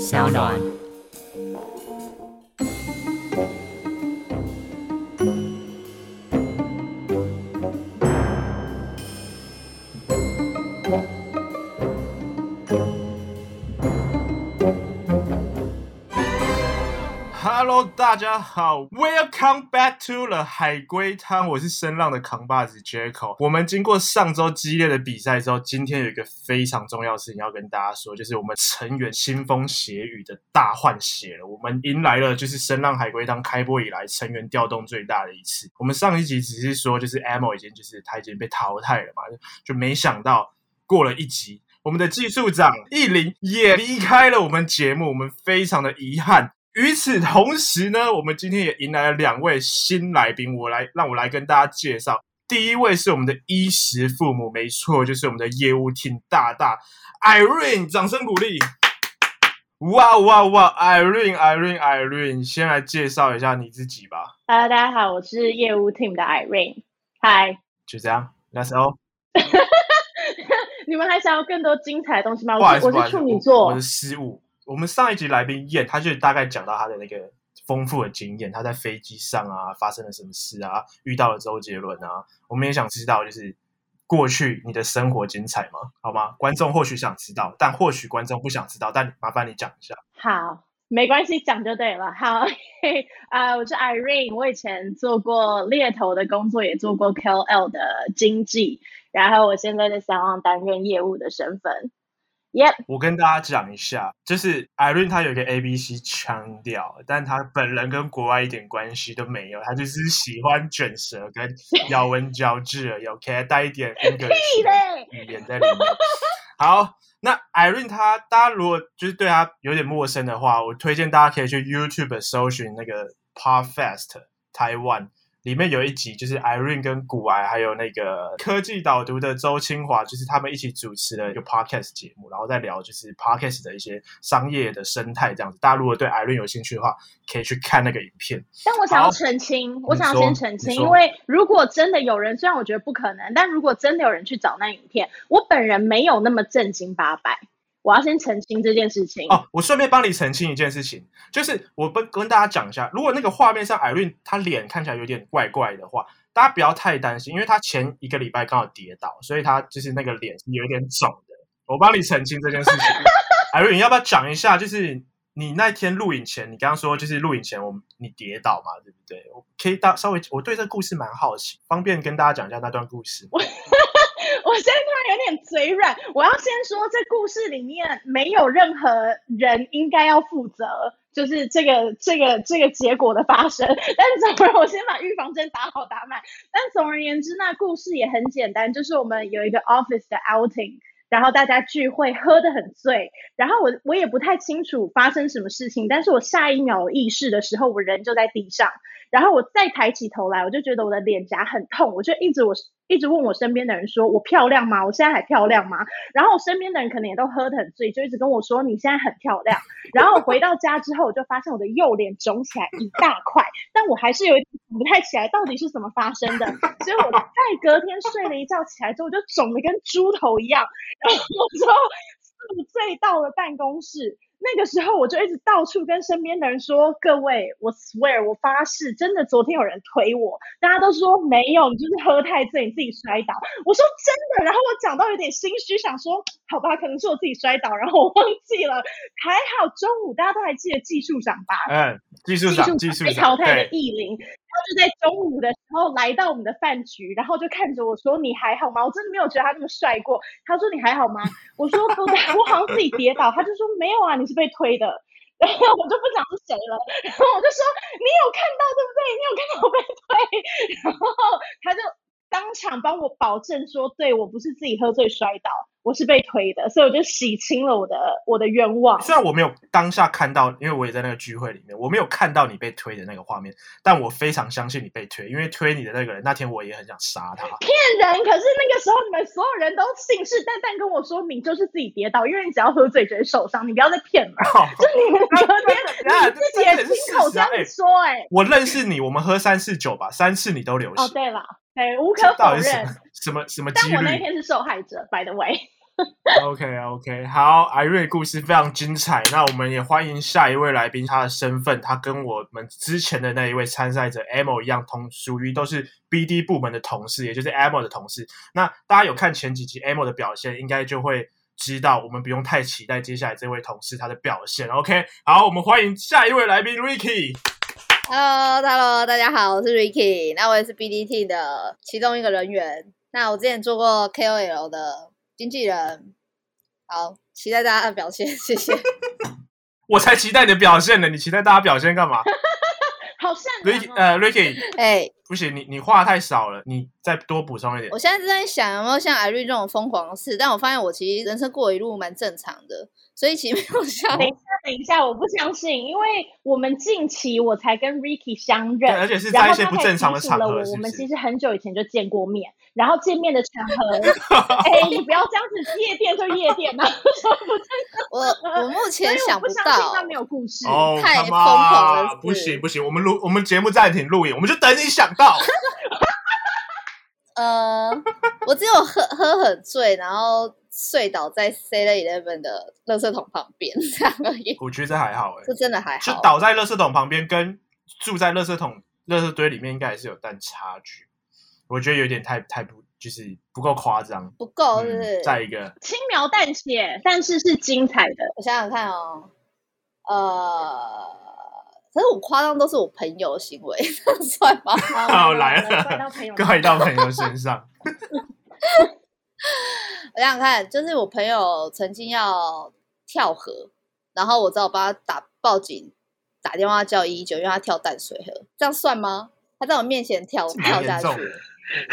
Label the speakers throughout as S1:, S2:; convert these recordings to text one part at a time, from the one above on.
S1: 小暖。
S2: Hello，大家好，Welcome back to the 海龟汤，我是声浪的扛把子 Jaco。我们经过上周激烈的比赛之后，今天有一个非常重要的事情要跟大家说，就是我们成员腥风血雨的大换血了。我们迎来了就是声浪海龟汤开播以来成员调动最大的一次。我们上一集只是说，就是 Amo 已经就是他已经被淘汰了嘛，就没想到过了一集。我们的技术长易林也离开了我们节目，我们非常的遗憾。与此同时呢，我们今天也迎来了两位新来宾，我来让我来跟大家介绍。第一位是我们的衣食父母，没错，就是我们的业务厅大大 Irene，掌声鼓励！哇哇哇，Irene，Irene，Irene，先来介绍一下你自己吧。
S3: Hello，大家好，我是业务 team 的 Irene。嗨，
S2: 就这样，That's all。
S3: 你们还想要更多精彩的东西吗？
S2: 不好
S3: 我
S2: 意
S3: 是
S2: 思，不
S3: 我
S2: 好意
S3: 是
S2: 思
S3: 处女
S2: 我
S3: 座
S2: 的，失误。我们上一集来宾燕，他就大概讲到他的那个丰富的经验，他在飞机上啊发生了什么事啊，遇到了周杰伦啊。我们也想知道，就是过去你的生活精彩吗？好吗？观众或许想知道，但或许观众不想知道，但麻烦你讲一下。
S3: 好，没关系，讲就对了。好，嘿， 啊，我是 Irene，我以前做过猎头的工作，也做过 KOL 的经济，然后我现在在三望担任业务的身份。Yep，
S2: 我跟大家讲一下，就是 Irene 她有一个 A B C 腔调，但她本人跟国外一点关系都没有，她就是喜欢卷舌跟 咬文嚼字而已，OK，带一点 English
S3: 屁
S2: 的
S3: 嘞
S2: 语言在里面。好，那 Irene 她，大家如果就是对她有点陌生的话，我推荐大家可以去 YouTube 搜寻那个 Podfest 台湾。里面有一集就是 Irene 跟古癌还有那个科技导读的周清华，就是他们一起主持的一个 podcast 节目，然后再聊就是 podcast 的一些商业的生态这样子。大家如果对 Irene 有兴趣的话，可以去看那个影片。
S3: 但我想
S2: 好
S3: 要澄清，我
S2: 你
S3: 想要
S2: 说
S3: 先澄清，
S2: 你说
S3: 因为如果真的有人，虽然我觉得不可能，但如果真的有人去找那影片，我本人没有那么正经八百。我要先澄清这件事情。
S2: 哦，我顺便帮你澄清一件事情，就是我跟跟大家讲一下，如果那个画面上 Irene 她脸看起来有点怪怪的话，大家不要太担心，因为她前一个礼拜刚好跌倒，所以她就是那个脸是有点肿的。我帮你澄清这件事 情，Irene 你要不要讲一下？就是你那天录影前，你刚刚说就是录影前我们你跌倒嘛，对不对？我可以大稍微，我对这个故事蛮好奇，方便跟大家讲一下那段故事吗？
S3: 我现在突然有点嘴软，我要先说，这故事里面没有任何人应该要负责，就是这个这个这个结果的发生。 但总而我先把预防针打好打满。但总而言之，那故事也很简单，就是我们有一个 office 的 outing。然后大家聚会喝得很醉，然后我我也不太清楚发生什么事情，但是我下一秒有意识的时候，我人就在地上，然后我再抬起头来，我就觉得我的脸颊很痛，我就一直我一直问我身边的人说：“我漂亮吗？我现在还漂亮吗？”然后我身边的人可能也都喝得很醉，就一直跟我说：“你现在很漂亮。”然后我回到家之后，我就发现我的右脸肿起来一大块，但我还是有一点想不太起来到底是怎么发生的。所以我在隔天睡了一觉起来之后，我就肿得跟猪头一样，然后我就宿醉到了办公室。那个时候我就一直到处跟身边的人说：“各位，我 swear，我发誓，真的昨天有人推我，大家都说没有，你就是喝太醉，你自己摔倒。”我说真的，然后我讲到有点心虚，想说好吧，可能是我自己摔倒，然后我忘记了。还好中午大家都还记得技术长吧？
S2: 嗯，技术
S3: 技
S2: 长，
S3: 术
S2: 技术
S3: 被
S2: 长，
S3: 淘汰
S2: 对
S3: 的，艺林，他就在中午的时候来到我们的饭局，然后就看着我说：“你还好吗？”我真的没有觉得他那么帅过。他说：“你还好吗？”我说：“不，我好像自己跌倒。”他就说：“没有啊，你是被推的。” 然后我就不讲是谁了，然后我就说：“你有看到对不对？你有看到我被推？” 然后他就当场帮我保证说：“对我不是自己喝醉摔倒，我是被推的。”所以我就洗清了我的我的冤枉。
S2: 虽然我没有当下看到，因为我也在那个聚会里面，我没有看到你被推的那个画面，但我非常相信你被推，因为推你的那个人那天我也很想杀 他。
S3: 骗人！可是那个时候你们所有人都信誓旦旦跟我说，你就是自己跌倒，因为你只要喝醉就会受伤，你不要再骗了。
S2: 哦
S3: 就你们昨天你自己也亲口这样子 说、哎、
S2: 我认识你，我们喝三四酒吧，三次你都流血，
S3: 哦对了，对，无
S2: 这
S3: 可
S2: 到
S3: 否
S2: 底是什
S3: 认
S2: 么，什么什么
S3: 但
S2: 几
S3: 我那
S2: 率？
S3: 天是受害者，by the way。
S2: OK OK，好，艾瑞故事非常精彩。那我们也欢迎下一位来宾，他的身份，他跟我们之前的那一位参赛者 Amo 一样，同属于都是 BD 部门的同事，也就是 Amo 的同事。那大家有看前几集 Amo 的表现，应该就会知道，我们不用太期待接下来这位同事他的表现。OK，好，我们欢迎下一位来宾 Ricky。
S1: Hello，Hello，大家好，我是 Ricky，那我也是 BDT 的其中一个人员。那我之前做过 KOL 的经纪人，好，期待大家的表现， 谢 谢。
S2: 我才期待你的表现呢，你期待大家表现干嘛
S3: 好善良
S2: ？Ricky，
S3: 哦。
S2: 呃，Ricky，
S1: 哎、
S2: 不行，你你话太少了，你再多补充一点
S1: 我。现在是在想有没有像艾瑞这种疯狂的事，但我发现我其实人生过一路蛮正常的，所以其实没有像
S3: 等一下，等一下，我不相信，因为我们近期我才跟 Ricky 相
S2: 对，
S3: 认，
S2: 而且是
S3: 然
S2: 在
S3: 后
S2: 一些
S3: 他
S2: 不
S3: 还
S2: 正常
S3: 提
S2: 的
S3: 醒
S2: 场
S3: 了
S2: 合，
S3: 我
S2: 是
S3: 我
S2: 不
S3: 们其
S2: 是？
S3: 实很久以前就见过面，然后见面的场 合，哎、你不要这样子，夜店就夜店啊，
S1: 我，我目
S3: 所以
S1: 前
S3: 我
S1: 想
S3: 不相信
S1: 到
S3: 他，没有故事。
S2: 哦，
S1: 太
S2: 他
S1: 疯
S2: 妈
S1: 狂了是
S2: 不行不行，我们录我们节目暂停录影，我们就等你想到。
S1: 呃，我只有喝喝很醉，然后睡倒在 Seven Eleven 的垃圾桶旁边这样而已，
S2: 我觉得这还好哎、
S1: 这真的还
S2: 就
S1: 好。
S2: 倒在垃圾桶旁边，跟住在垃圾桶垃圾堆里面，应该还是有但差距。我觉得有点太太不就是不够夸张。
S1: 不够，是不是？
S2: 嗯，再一个，
S3: 轻描淡写，但是是精彩的。
S1: 我想想看哦，呃，可是我夸张都是我朋友的行为， 这样算吗？
S2: 好来了
S3: 怪到朋友
S2: 怪到朋友身上。
S1: 我想想看，就是我朋友曾经要跳河，然后我只好帮他打报警，打电话叫一一九，因为他跳淡水河，这样算吗？他在我面前跳
S2: 蛮
S1: 跳
S2: 严
S1: 下去
S2: 重的，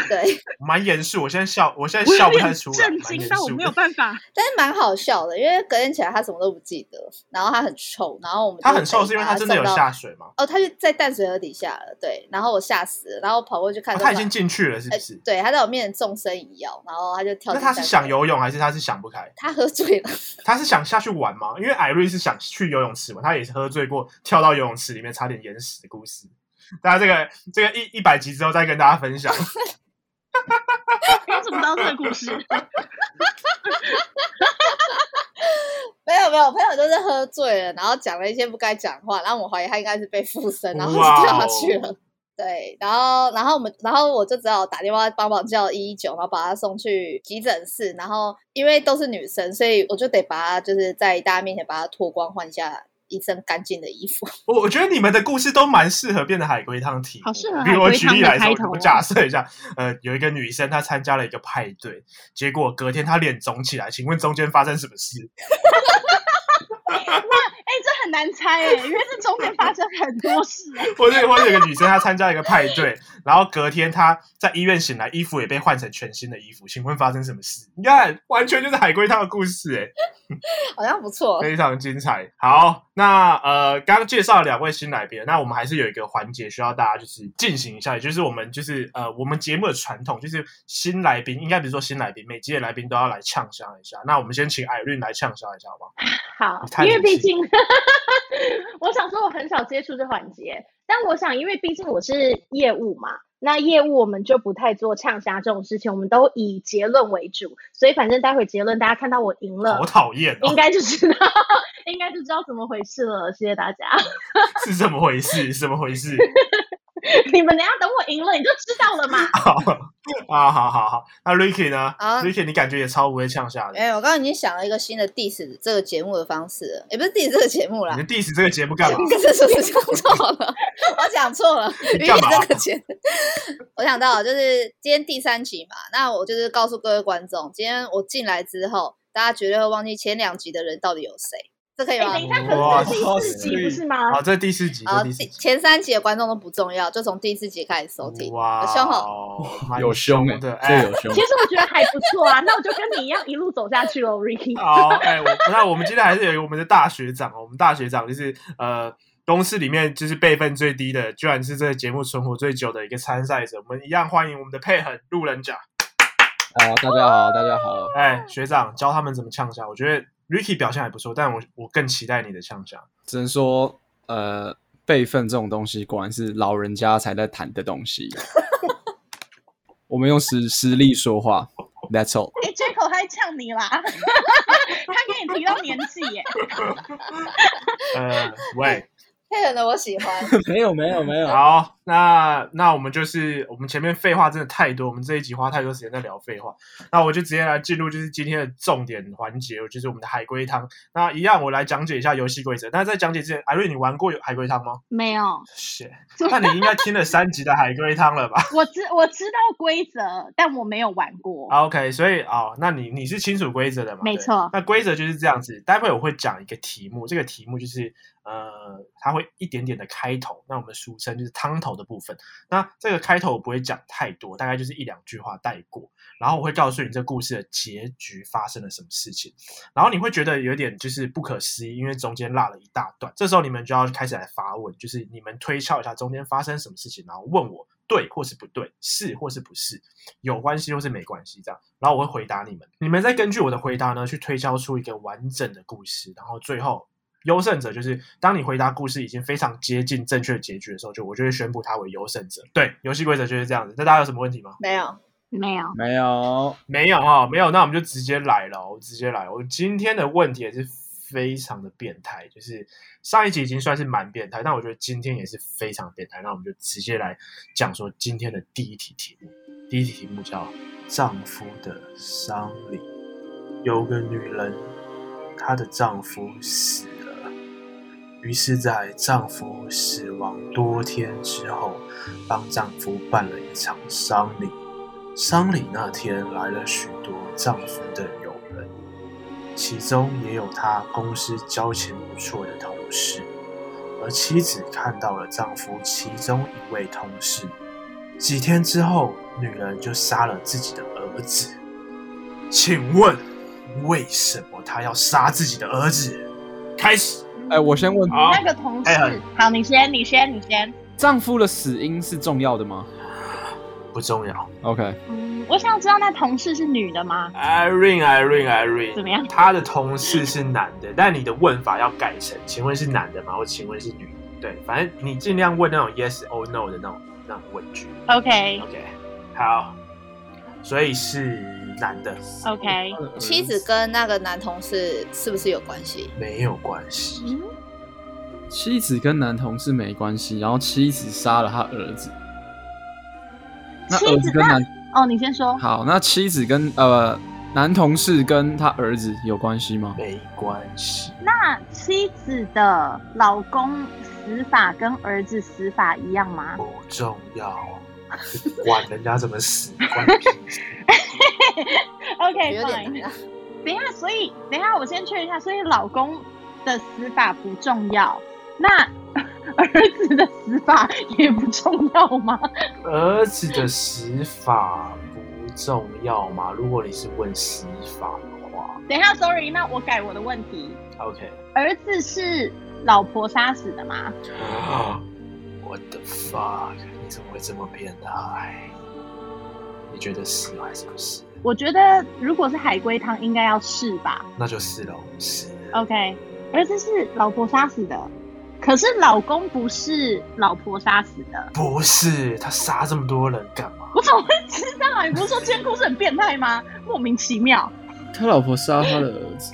S1: 对，
S2: 蛮严肃，我现在笑，我现在
S3: 我有
S2: 笑不
S3: 点
S2: 太出来，
S3: 震
S2: 蛮
S3: 惊
S2: 严
S3: 到我
S2: 肃
S3: 没
S2: 的
S3: 有办 法。
S1: 但是蛮好笑的，因为隔天起来他什么都不记得，然后他很臭，然后我们
S2: 他
S1: 就
S2: 很
S1: 陪
S2: 瘦，是因为
S1: 把
S2: 他
S1: 他
S2: 真的有
S1: 送到
S2: 下水吗？
S1: 哦，他就在淡水河底下了，对，然后我吓死了，然后跑过去看、
S2: 哦他已经进去了，是不
S1: 哎，
S2: 是？
S1: 对，他在我面前纵身一跃，然后他就哎跳。
S2: 那他是想，游泳还是他是想不开？
S1: 他喝醉了，
S2: 他是想下去玩吗？因为艾瑞是想去游泳池玩，他也是喝醉过，跳到游泳池里面差点淹死的故事。大家这个这个一一百集之后再跟大家分享。
S3: 我怎么知道这个故事？
S1: 没有没有，我朋友就是喝醉了，然后讲了一些不该讲话，然后我怀疑他应该是被附身，然后就
S2: 哇哦
S1: 跳下去了。对，然后然后我们，然后我就只好打电话帮忙叫一一九，然后把他送去急诊室。然后因为都是女生，所以我就得把他就是在大家面前把他脱光，换一下一身干净的衣服。
S2: 我我觉得你们的故事都蛮适合变成海龟汤题
S3: 好
S2: 目的，
S3: 适合
S2: 比如我
S3: 海龟
S2: 举例
S3: 汤的
S2: 来说，
S3: 开
S2: 我
S3: 头哦
S2: 假设一下，呃，有一个女生她参加了一个派对，结果隔天她脸肿起来，请问中间发生什么事？
S3: 哎、这很难猜哎、因为这中间发生很多事、哎
S2: 或者或者有个女生她参加一个派对，然后隔天她在医院醒来，衣服也被换成全新的衣服，请问发生什么事？你看，完全就是海龟汤的故事哎、
S1: 好像不错，
S2: 非常精彩。好，那呃，刚刚介绍了两位新来宾，那我们还是有一个环节需要大家就是进行一下，也就是我们就是呃，我们节目的传统就是新来宾，应该不是说新来宾，每集的来宾都要来呛香一下。那我们先请艾瑞来呛香一下，好不好？
S3: 好
S2: 太，
S3: 因为
S2: 理
S3: 毕
S2: 性
S3: 竟， 我想说我很少接触这环节，但我想，因为毕竟我是业务嘛，那业务我们就不太做呛虾这种事情，我们都以结论为主，所以反正待会结论大家看到我赢了
S2: 好，讨厌
S3: 应
S2: 哦，
S3: 该就知道， 应该就知道怎么回事了。谢谢大家，
S2: 是怎么回事？是怎么回事？
S3: 你们等一下等我赢了你就知道了嘛。
S2: 好啊，好好好。那 Ricky 呢、
S1: 啊
S2: r i c k y 你感觉也超不会呛下的。
S1: 哎、我刚刚已经想了一个新的 diss 这个节目的方式了，也不是 diss 这个节目啦
S2: 你，的 diss 这个节目 干嘛？
S1: 这是不是讲错了？我讲错了，
S2: 你
S1: 于
S2: 干嘛
S1: 这个节目， 我想到就是今天第三集嘛，那我就是告诉各位观众，今天我进来之后，大家绝对会忘记前两集的人到底有谁，这可以
S3: 哎、
S1: 吗
S3: 等？一下，
S2: 哇
S3: 可是这是第四
S2: 好
S3: 集不是吗？
S2: 好，这是第四集，这
S1: 好，
S2: 是第四
S1: 第
S2: 集。
S1: 前三集的观众都不重要，就从第四集开始收听。
S2: 哇
S1: 有凶哦，
S2: 蛮
S4: 有凶哎、
S2: 的，
S4: 这有凶
S3: 其。实我觉得还不错啊，那我就跟你一样一路走下去喽，Ricky。
S2: 好，哎、我那我们今天还是有一个我们的大学长哦，我们大学长就是呃，公司里面就是辈分最低的，居然是这个节目存活最久的一个参赛者。我们一样欢迎我们的佩恒路人甲，
S4: 好，哦大家好，大家好。
S2: 哎、学长教他们怎么呛下，我觉得 Ricky 表现还不错，但我我更期待你的呛下。
S4: 只能说，呃，辈分这种东西，果然是老人家才在谈的东西。我们用实实力说话，That's all。
S1: 哎、j a c k 还
S3: 来呛你啦，他 给你提到年纪耶，
S2: 呃，喂，
S1: 配合的我喜欢。
S4: 没有没有没有，
S2: 好，那那我们就是我们前面废话真的太多，我们这一集花太多时间在聊废话，那我就直接来进入就是今天的重点环节，就是我们的海龟汤。那一样我来讲解一下游戏规则，但是在讲解之前，艾瑞，你玩过有海龟汤 吗？
S3: 没有，
S2: 是，那你应该听了三集的海龟汤了吧
S3: 我知我知道规则，但我没有玩过。
S2: 啊？OK，所以哦，那你你是清楚规则的嘛？
S3: 没
S2: 对
S3: 错
S2: 那规则就是这样子，待会我会讲一个题目，这个题目就是呃，它会一点点的开头，那我们俗称就是汤头的部分。那这个开头我不会讲太多，大概就是一两句话带过，然后我会告诉你这故事的结局发生了什么事情，然后你会觉得有点就是不可思议，因为中间落了一大段。这时候你们就要开始来发问，就是你们推敲一下中间发生什么事情，然后问我对或是不对，是或是不是，有关系或是没关系这样，然后我会回答你们，你们再根据我的回答呢去推敲出一个完整的故事，然后最后。优胜者就是当你回答故事已经非常接近正确结局的时候，就我就会宣布他为优胜者。对，游戏规则就是这样子。那大家有什么问题吗？
S1: 没 有，
S3: 没有，
S4: 没有，
S2: 没有哈、没有，那我们就直接来了哦，我直接来。我今天的问题也是非常的变态，就是上一集已经算是蛮变态，但我觉得今天也是非常变态。那我们就直接来讲说今天的第一题题目。第一题题目叫《丈夫的丧礼》，有个女人，她的丈夫死了，于是，在丈夫死亡多天之后，帮丈夫办了一场丧礼。丧礼那天来了许多丈夫的友人，其中也有她公司交情不错的同事。而妻子看到了丈夫其中一位同事。几天之后，女人就杀了自己的儿子。请问，为什么她要杀自己的儿子？开始。
S4: 哎，我先问，
S2: 好
S3: 那个同事
S2: 哎很，
S3: 好，你先，你先，你先。
S4: 丈夫的死因是重要的吗
S2: 不重要。
S4: ？OK，
S3: 嗯，我想知道那同事是女的吗？
S2: Irene Irene Irene，
S3: 怎么样
S2: 他的同事是男的，但你的问法要改成，请问是男的吗？或请问是女的？对，反正你尽量问那种 yes or no 的那种那种问句。
S3: ？OK
S2: OK，好，所以是男的
S3: OK，
S1: 妻子跟那个男同事是不是有关系？
S2: 没有关系，
S3: 嗯，
S4: 妻子跟男同事没关系，然后妻子杀了他儿子。那
S3: 妻
S4: 儿
S3: 子
S4: 子跟
S3: 那
S4: 男
S3: 哦，你先说。
S4: 好，那妻子跟呃男同事跟他儿子有关系吗？
S2: 没关系，
S3: 那妻子的老公死法跟儿子死法一样吗？
S2: 不重要，啊管人家怎么死，关你屁事。
S3: OK，
S1: 有点难啊。
S3: 等一下，所以等一下，我先确认一下，所以老公的死法不重要，那儿子的死法也不重要吗？
S2: 儿子的死法不重要吗？如果你是问死法的话
S3: 等一下，sorry，那我改我的问题，
S2: ，OK。
S3: 儿子是老婆杀死的吗？
S2: 我的 fuck！你怎么会这么变态？你觉得是还是不是？
S3: 我觉得如果是海龟汤，应该要是吧
S2: 那就是喽，是。
S3: ？OK，儿子是老婆杀死的，可是老公不是老婆杀死的，
S2: 不是他杀这么多人干嘛？
S3: 我怎么会知道 啊？你不是说今天故事很变态吗？莫名其妙。
S4: 他老婆杀他的儿子。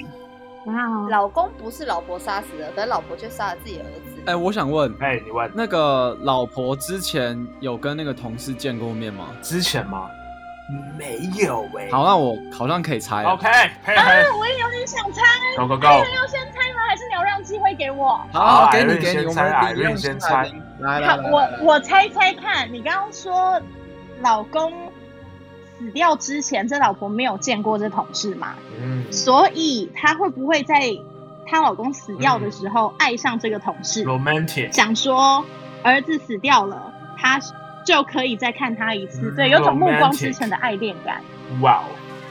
S3: 哇哦，
S1: 老公不是老婆杀死的，可是老婆却杀了自己的儿子。
S4: 哎，我想问，
S2: 哎、你问
S4: 那个老婆之前有跟那个同事见过面吗？
S2: 之前吗？没有哎、
S4: 好，那我好像可以猜了。
S2: ，OK，嘿嘿
S3: 啊我也有点想猜。
S2: ，Go Go
S3: 还有
S2: Go！
S3: 人要先猜吗？还是你要让机会给我？
S2: 好
S4: 好，给你
S2: Irene
S4: 给
S2: 先
S4: 你，我
S2: 猜啊
S4: 们
S2: Irene
S4: 用
S2: 先
S4: 来
S2: 猜
S4: 来
S3: 好
S4: 来，来，
S3: 我
S4: 来
S3: 我猜猜看。你刚刚说老公死掉之前，这老婆没有见过这同事嘛？
S2: 嗯，
S3: 所以她会不会在她老公死掉的时候爱上这个同事，
S4: 嗯
S2: romantic，
S3: 想说儿子死掉了，她就可以再看他一次？
S2: 嗯
S3: 对，有种目光之
S2: romantic
S3: 城的爱恋感。
S2: 哇哦，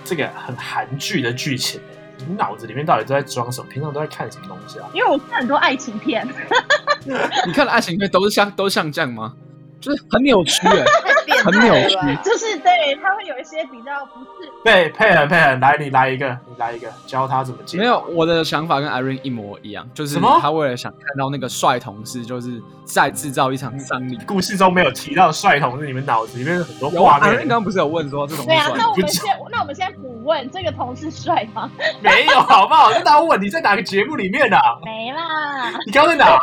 S2: 这个很韩剧的剧情欸你脑子里面到底都在装什么？平常都在看什么东西啊？
S3: 因为我看很多爱情片，
S4: 你看的爱情片都是像都像这样吗？就是很扭曲哎、
S1: 太变
S4: 很扭曲。
S3: 就是对，他会有一些比较不是
S2: 对，佩恩，佩恩，来，你来一个，你来一个，教他怎么解。
S4: 没有，我的想法跟 Irene 一模一样，就是
S2: 什么
S4: 他为了想看到那个帅同事，就是再制造一场丧礼。
S2: 故事中没有提到帅同志，你们脑子里面有很多
S4: 有啊
S2: 画
S4: ，Irene 刚
S2: 面，
S4: 刚不是有问说这种
S3: 对啊。
S4: 算
S3: 那我
S2: 不
S3: 们
S2: 知
S3: 先，那我们先补问，这个同事帅吗？
S2: 没有，好不好？这哪问你在哪个节目里面啊？
S3: 没啦，
S2: 你刚刚在哪？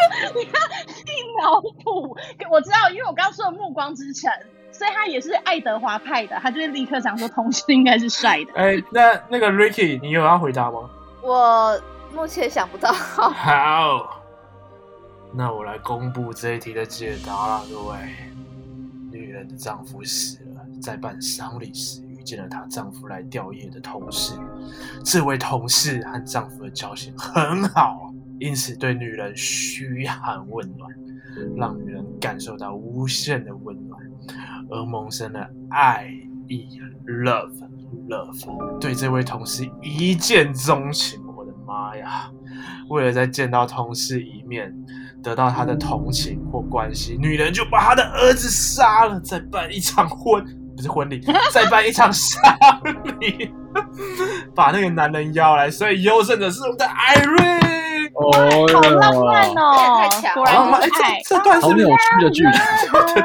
S3: 一脑补。我知道，因为我刚刚说的《暮光之城》，所以他也是爱德华派的，他就是立刻想说同事应该是帅 的。
S2: 哎、那那个 Ricky，你有要回答吗？
S1: 我目前想不到，
S2: 好，那我来公布这一题的解答啦，各位。女人的丈夫死了，在办丧礼时遇见了她丈夫来吊唁的同事。这位同事和丈夫的交情很好，因此对女人嘘寒问暖，让女人感受到无限的温暖，而萌生了爱意 （love love）。对这位同事一见钟情，我的妈呀！为了再见到同事一面，得到他的同情或关心，女人就把他的儿子杀了，再办一场婚，不是婚礼，再办一场丧礼，把那个男人邀来。所以优胜者是我们的 Irene。
S4: 哦
S3: 好浪漫哦
S1: 太强了，
S3: 果
S2: 好
S3: 然
S2: 嘛，
S3: 就是爱
S2: 哎，。这这段是
S4: 好扭曲的剧情，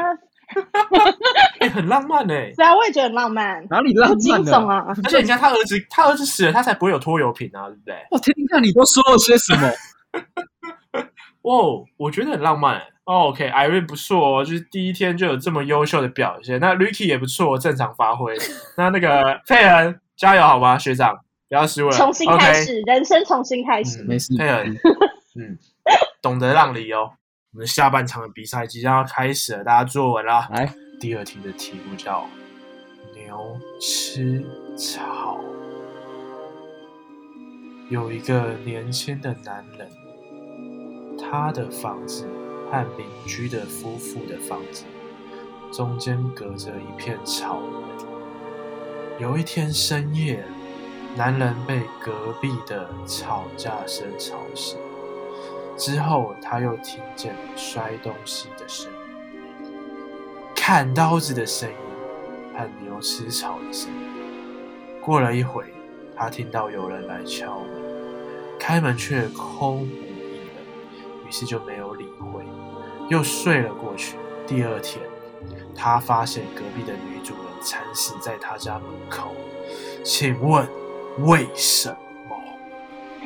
S2: 哎、很浪漫哎、
S3: 对啊，我也觉得很浪漫，
S4: 哪里浪
S3: 不惊
S4: 漫
S3: 悚
S4: 的？
S3: 啊！
S2: 而且你看他儿子，他儿子死了，他才不会有拖油瓶啊，对不对？
S4: 我听听看你都说了些什么？
S2: 哦，我觉得很浪漫欸。哦 OK，Irene、不错哦，就是第一天就有这么优秀的表现。那 Ricky 也不错，哦正常发挥。那那个 佩恩，加油好吗，学长？不要失误了，
S3: 重新开始人生重新开
S2: OK，
S3: 始。
S2: 嗯
S4: 没事
S2: 佩恩，嗯，懂得让梨哦。我们下半场的比赛即将要开始了，大家坐稳啦。
S4: 来，
S2: 第二题的题目叫牛吃草。有一个年轻的男人，他的房子和邻居的夫妇的房子中间隔着一片草原。有一天深夜，男人被隔壁的吵架声吵醒，之后他又听见摔东西的声音。砍刀子的声音和牛吃草的声音。过了一会，他听到有人来敲门，开门却空无一人，于是就没有理会，又睡了过去。第二天，他发现隔壁的女主人惨死在他家门口。请问为什么？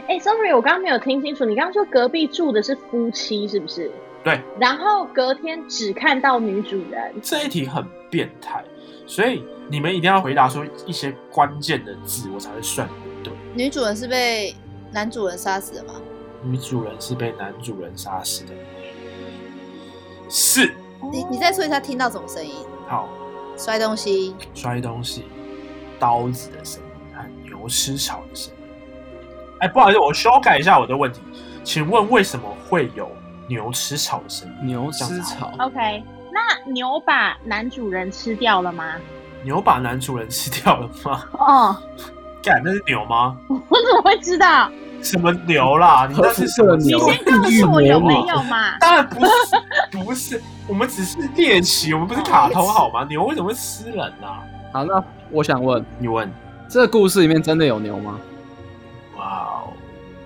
S3: 哎、s o r r y 我刚刚没有听清楚，你刚刚说隔壁住的是夫妻是不是？
S2: 对。
S3: 然后隔天只看到女主人，
S2: 这一题很变态，所以你们一定要回答出一些关键的字，我才会算对。
S1: 女主人是被男主人杀死的吗？
S2: 女主人是被男主人杀死的。是，
S3: 哦
S1: 你你再说一下听到什么声音？
S2: 好，
S1: 摔东西，
S2: 摔东西、刀子的声音和牛吃草的声音。哎，不好意思，我修改一下我的问题，请问为什么会有牛吃草的声音？
S4: 牛吃草，
S3: OK，那牛把男主人吃掉了吗？
S2: 牛把男主人吃掉了吗？
S3: 哦，
S2: 干，那是牛吗？
S3: 我怎么会知道？
S2: 什么牛啦？你那是什么牛
S3: 你
S4: 有？
S3: 先告诉我有没有嘛？
S2: 当然不是，不是，我们只是猎奇，我们不是卡通好吗？牛为什么会吃人啊？
S4: 好，那我想问，
S2: 你问。
S4: 这个故事里面真的有牛吗？
S2: 哇哦，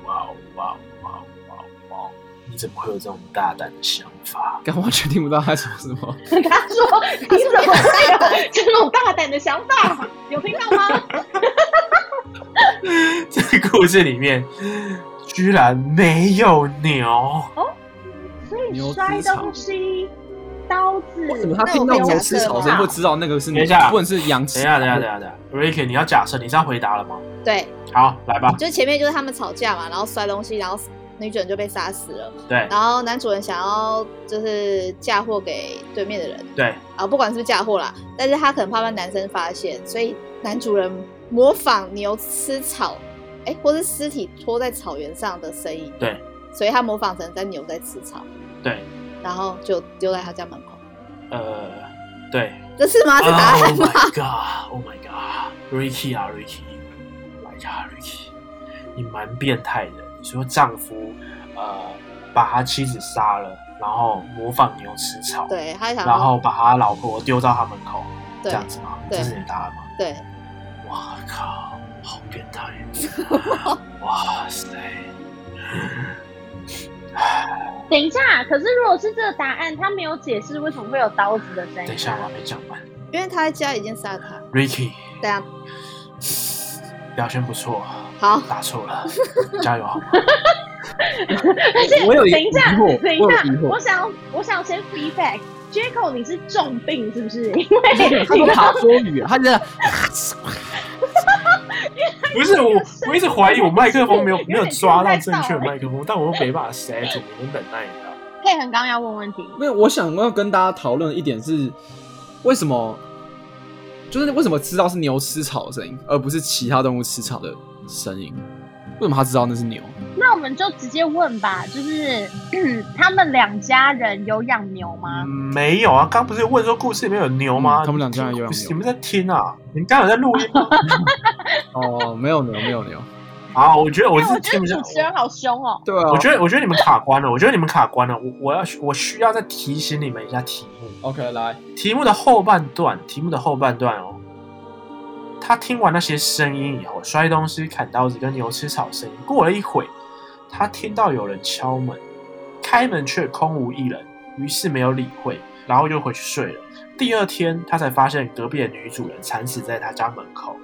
S2: 哇哦，哇哦，哇哦，哇哦哇哦！你怎么会有这种大胆的想法？
S4: 刚完全听不到他说什么。
S3: 他说：“你怎么会有这种大胆的想法？有听到吗？
S2: 这个故事里面居然没有牛，
S3: 所
S4: 牛
S3: 以
S4: 吃
S3: 摔东西、刀子，
S4: 为什么他听到
S1: 那我
S4: 牛
S1: 们
S4: 吃
S1: 假设
S4: 草
S1: 吧
S4: 声会知道那个是牛
S2: 等一下
S4: 问是羊吃
S2: 等一？下，等一下，等一下，等一下，Ricky，你要假设你这样回答了吗？
S1: 对，
S2: 好，来吧。
S1: 就前面就是他们吵架嘛，然后摔东西，然后女主人就被杀死了，
S2: 对
S1: 然后男主人想要就是嫁祸给对面的人
S2: 对，
S1: 啊，不管是不是嫁祸啦，但是他可能怕被男生发现，所以男主人模仿牛吃草，哎，或是尸体拖在草原上的声音，
S2: 对，
S1: 所以他模仿成在牛在吃草，
S2: 对，
S1: 然后就丢在他家门口，
S2: 呃，对。
S1: 这是吗？是答案
S2: Oh
S1: 吗？
S2: my god! Oh my god! Ricky 啊，Ricky! 啊 Oh my god, Ricky! 你蛮变态的。你说丈夫呃把他妻子杀了，然后模仿牛吃草，
S1: 对他想
S2: 然
S1: 要
S2: 后把他老婆丢到他门口，这
S1: 对
S2: 样子吗？
S1: 对
S2: 这是你的答案吗？
S1: 对，
S2: 哇靠，好变态！ 哇塞，
S3: 等一下，可是如果是这个答案，他没有解释为什么会有刀子的声音。
S2: 等一下，我还没讲完。
S1: 因为他在家已经杀了他。
S2: Ricky
S1: 对啊，
S2: 表现不错，
S1: 好，
S2: 答错了，加油好吗？
S3: 而且
S4: 我有一个
S3: 等一下，
S4: 疑惑
S3: 等一
S4: 我有
S3: 下
S4: 疑，惑
S3: 我想要我想要先 feedback。Jaco，你是重病是不是？因为
S4: 他说爬桌语，他真的
S2: 不是我，我一直怀疑我麦克风没有没有抓到正确的麦克风，但我又没办法 setting，我忍耐一下。
S3: 佩恒刚刚要问问题，
S4: 没有，我想要跟大家讨论的一点是，为什么，就是为什么知道是牛吃草的声音，而不是其他动物吃草的声音？为什么他知道那是牛？
S3: 那我们就直接问吧，就是、 嗯他们两家人有养牛吗？
S2: 没有啊，刚不是问说故事里面有牛吗？
S4: 嗯他们两家人有养牛
S2: 不是你们在听啊？你们刚有在录音吗？
S4: 哦，没有牛，没有牛。
S2: 好，我觉
S4: 嗯
S2: 得我
S3: 哎
S2: 是
S3: 我
S2: 听
S3: 觉
S2: 不
S3: 得
S2: 下
S3: 主。持人好凶哦。
S4: 对啊，
S2: 我觉得，我觉得你们卡关了。我觉得你们卡关了。我我要我需要再提醒你们一下题目。
S4: OK 来，
S2: 题目的后半段，题目的后半段哦，他听完那些声音以后，摔东西、砍刀子跟牛吃草声音。过了一会，他听到有人敲门，开门却空无一人，于是没有理会，然后就回去睡了。第二天，他才发现隔壁的女主人惨死在他家门口。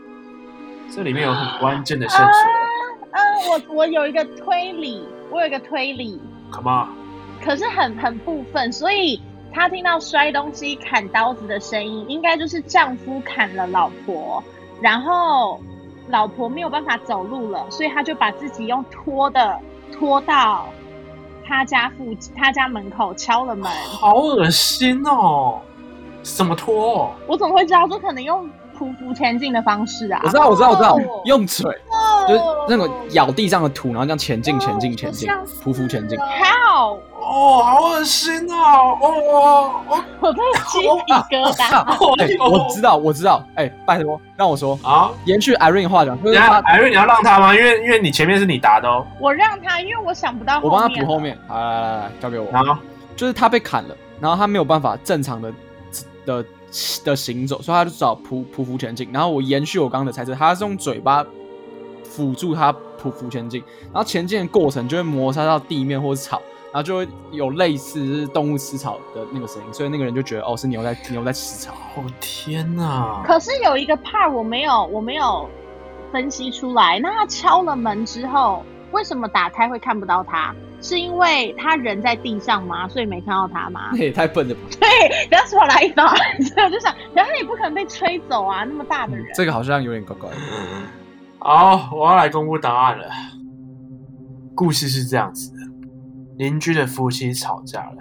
S2: 这里面有很关键的线
S3: 啊
S2: 索
S3: 呃，我我有一个推理，我有一个推理，
S2: ，Come on！
S3: 可是很很部分，所以她听到摔东西、砍刀子的声音，应该就是丈夫砍了老婆，然后老婆没有办法走路了，所以她就把自己用拖的拖到她家附她家门口敲了门。
S2: 好恶心哦！什么拖、哦？
S3: 我怎么会知道？这可能用匍匐前进的方式啊
S4: 我。知道，我知道，我知道
S1: 哦，
S4: 用嘴
S1: 哦
S4: 就是那种咬地上的土，然后这样前进，前进，前进
S1: 哦好像，是
S4: 匍匐前进。
S3: How？
S2: 哦，好恶心哦！哦，哦
S3: 我在鸡皮疙瘩。
S2: 哦，
S4: 哎，我知道，我知道。哎，拜托，让我说，
S2: 啊。
S4: 延续 Irene 的话讲，就
S2: 等
S4: 是
S2: 一下
S4: 他，
S2: 艾瑞，你要让他吗？因为因为你前面是你答的哦。
S3: 我让他，因为我想不到后
S4: 我
S3: 面。
S4: 帮他补后。面。来来来来，交给我。
S2: 然后
S4: 就是他被砍了，然后他没有办法正常的的的行走，所以他就只好匍匍匐前进。然后我延续我刚刚的猜测，他是用嘴巴辅助他匍匐前进，然后前进的过程就会摩擦到地面或是草，然后就会有类似就是动物吃草的那个声音，所以那个人就觉得哦是牛在牛在吃草。
S2: 哦天哪！
S3: 可是有一个 part 我没有，我没有分析出来。那他敲了门之后，为什么打开会看不到他？是因为他人在地上吗？所以没看到他吗
S4: 那也太笨了吧！
S3: ？That's what I thought。所以 我就想，然后他也不可能被吹走啊，那么大的
S4: 嗯
S3: 人。
S4: 这个好像有点怪怪的。
S2: 好，我要来公布答案了。故事是这样子的：邻居的夫妻吵架了，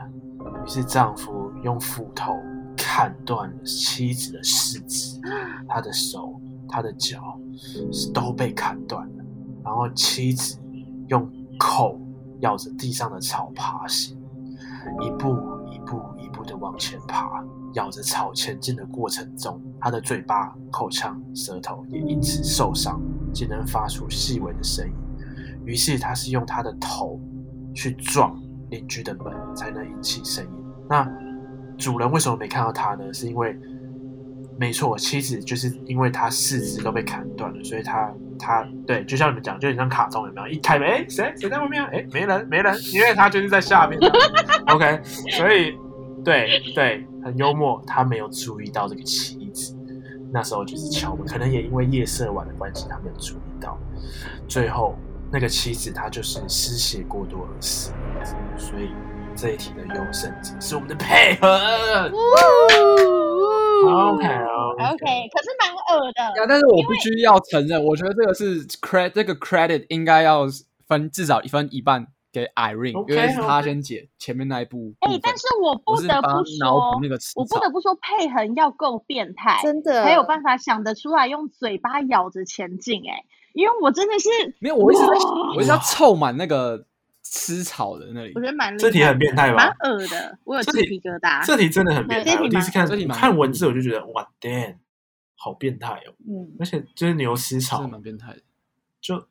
S2: 于是丈夫用斧头砍断了妻子的四肢，她的手、她的脚都被砍断了。然后妻子用口咬着地上的草爬行，一步一步一步的往前爬。咬着草前进的过程中，她的嘴巴、口腔、舌头也因此受伤。仅能发出细微的声音。于是他是用他的头去撞邻居的门，才能引起声音。那主人为什么没看到他呢？是因为，没错，妻子就是因为他四肢都被砍断了，所以他他对，就像你们讲，就很像卡通有没有？一开门，哎、谁谁在外面啊？哎、没人，没人，因为他就是在下面。OK，所以对对，很幽默，他没有注意到这个妻子。那时候就是敲门，可能也因为夜色晚的关系，他没有注意到。最后，那个妻子她就是失血过多而死，所以这一题的优胜者是我们的配合。OK
S4: 嗯
S3: OK，可是蛮恶的。
S4: 啊，但是我必须要承认，我觉得这个是 credit，这个 credit 应该要分至少分一半给 Irene，、
S2: OK，
S4: 因为是他先解前面那一部部
S3: 哎、
S4: 分。
S3: 但是我
S4: 我
S3: 不
S4: 是
S3: 得
S4: 帮
S3: 不
S4: 他脑
S3: 说
S4: 补那，个词
S3: 我不得不说，佩恒要够变态，
S1: 真的
S3: 才有办法想得出来用嘴巴咬着前进。哎，因为我真的是，
S4: 没有，我一直在
S3: 哇，
S4: 我一直要凑满那个吃草的那里
S3: 我。觉得蛮
S2: 这题
S3: 厉害
S2: 很变态
S3: 蛮
S2: 吧？
S3: 恶的，我有
S2: 这
S3: 鸡
S2: 题
S3: 皮疙瘩。
S2: 这题真的很变态。
S1: 这题
S2: 我第一次看
S4: 蛮这题蛮
S2: 看文字，我就觉得哇，damn，好变态哦！
S1: 嗯，
S2: 而且就是牛
S4: 真
S2: 吃
S4: 的
S2: 草，
S4: 蛮变态的，
S2: 就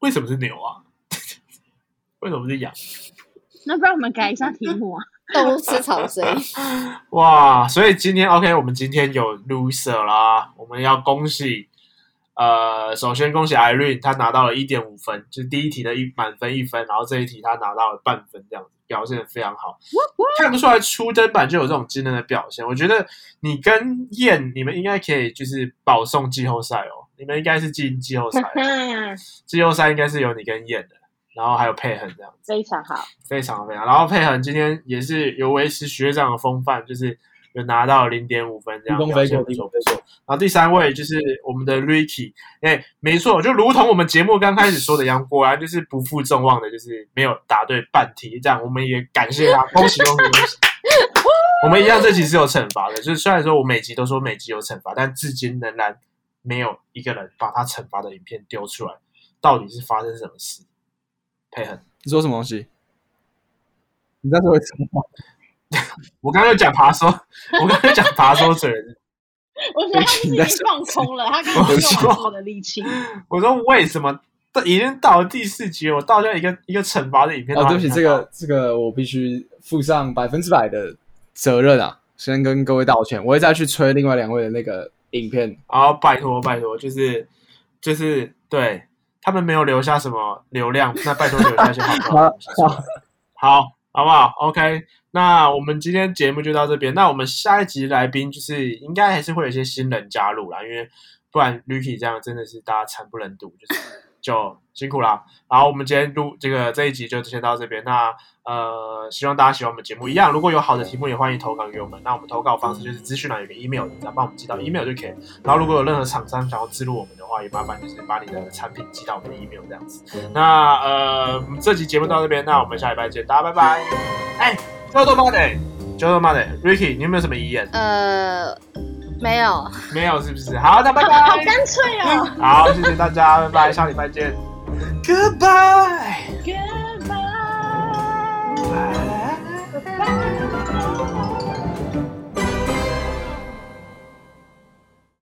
S2: 为什么是牛啊？为什么是羊？
S3: 那不然我们改一下题目啊？，
S1: 动物吃草的声音。
S2: 哇，所以今天 OK，我们今天有 loser 啦，我们要恭喜，呃，首先恭喜 Irene，她拿到了一点五分，就是第一题的一满分一分，然后这一题她拿到了半分，这样子表现的非常好，看不出来初登版就有这种惊人的表现。我觉得你跟燕，你们应该可以就是保送季后赛哦，你们应该是进季后赛
S3: 嗯，
S2: 季后赛应该是有你跟燕的，然后还有佩恒这样。
S3: 非常好，
S2: 非常非常。然后佩恒今天也是有维持学长的风范，就是有拿到零点五分这样，
S4: 提供
S2: 表
S4: 飞
S2: 现
S4: 过
S2: 不
S4: 提
S2: 错
S4: 供
S2: 不错。然后第三位就是我们的 Ricky，哎，没错，就如同我们节目刚开始说的一样，果然就是不负众望的，就是没有答对半题，这样我们也感谢他，恭喜恭喜恭喜！我们一样，这集是有惩罚的，就是虽然说我每集都说每集有惩罚，但至今仍然没有一个人把他惩罚的影片丢出来，到底是发生什么事？佩恒。
S4: 你说什么东西？你在说什么？
S2: 我刚刚又讲爬收，我刚刚又讲爬收嘴了。
S3: 我觉得他就是已经放空了，他刚刚用完所有的力气。
S2: 我说为什么到已经到了第四集了，我到现在一个一个惩罚的影片都
S4: 哦，
S2: 还
S4: 对不
S2: 没看
S4: 起，
S2: 到？
S4: 这个这个我必须负上百分之百的责任啊！先跟各位道歉，我会再去催另外两位的那个影片。
S2: 啊，拜托拜托，就是就是对他们没有留下什么流量，那拜托留下一些好不好的东西出来？好，好不好？OK，那我们今天节目就到这边。那我们下一集来宾就是应该还是会有一些新人加入啦，因为不然 Lucky 这样真的是大家惨不忍睹，就是就辛苦啦。然后我们今天录这个这一集就先到这边。那呃，希望大家喜欢我们节目。一样，如果有好的题目，也欢迎投稿给我们。那我们投稿方式就是资讯栏有个 email，你只要帮我们寄到 email 就可以了。然后如果有任何厂商想要资助我们的话，也麻烦就是把你的产品寄到我们的 email 这样子。那呃，这期节目到这边，那我们下礼拜见，大家拜拜。哎，叫做 Monday，叫做 Monday，Ricky，你有没有什么遗言？
S1: 呃，没有，
S2: 没有，是不是？好，那拜
S3: 好好
S2: 拜。
S3: 干脆哦
S2: 好，谢谢大家，拜拜，下礼拜见。Goodbye。
S3: ，Goodbye。
S2: Bye.
S3: Bye.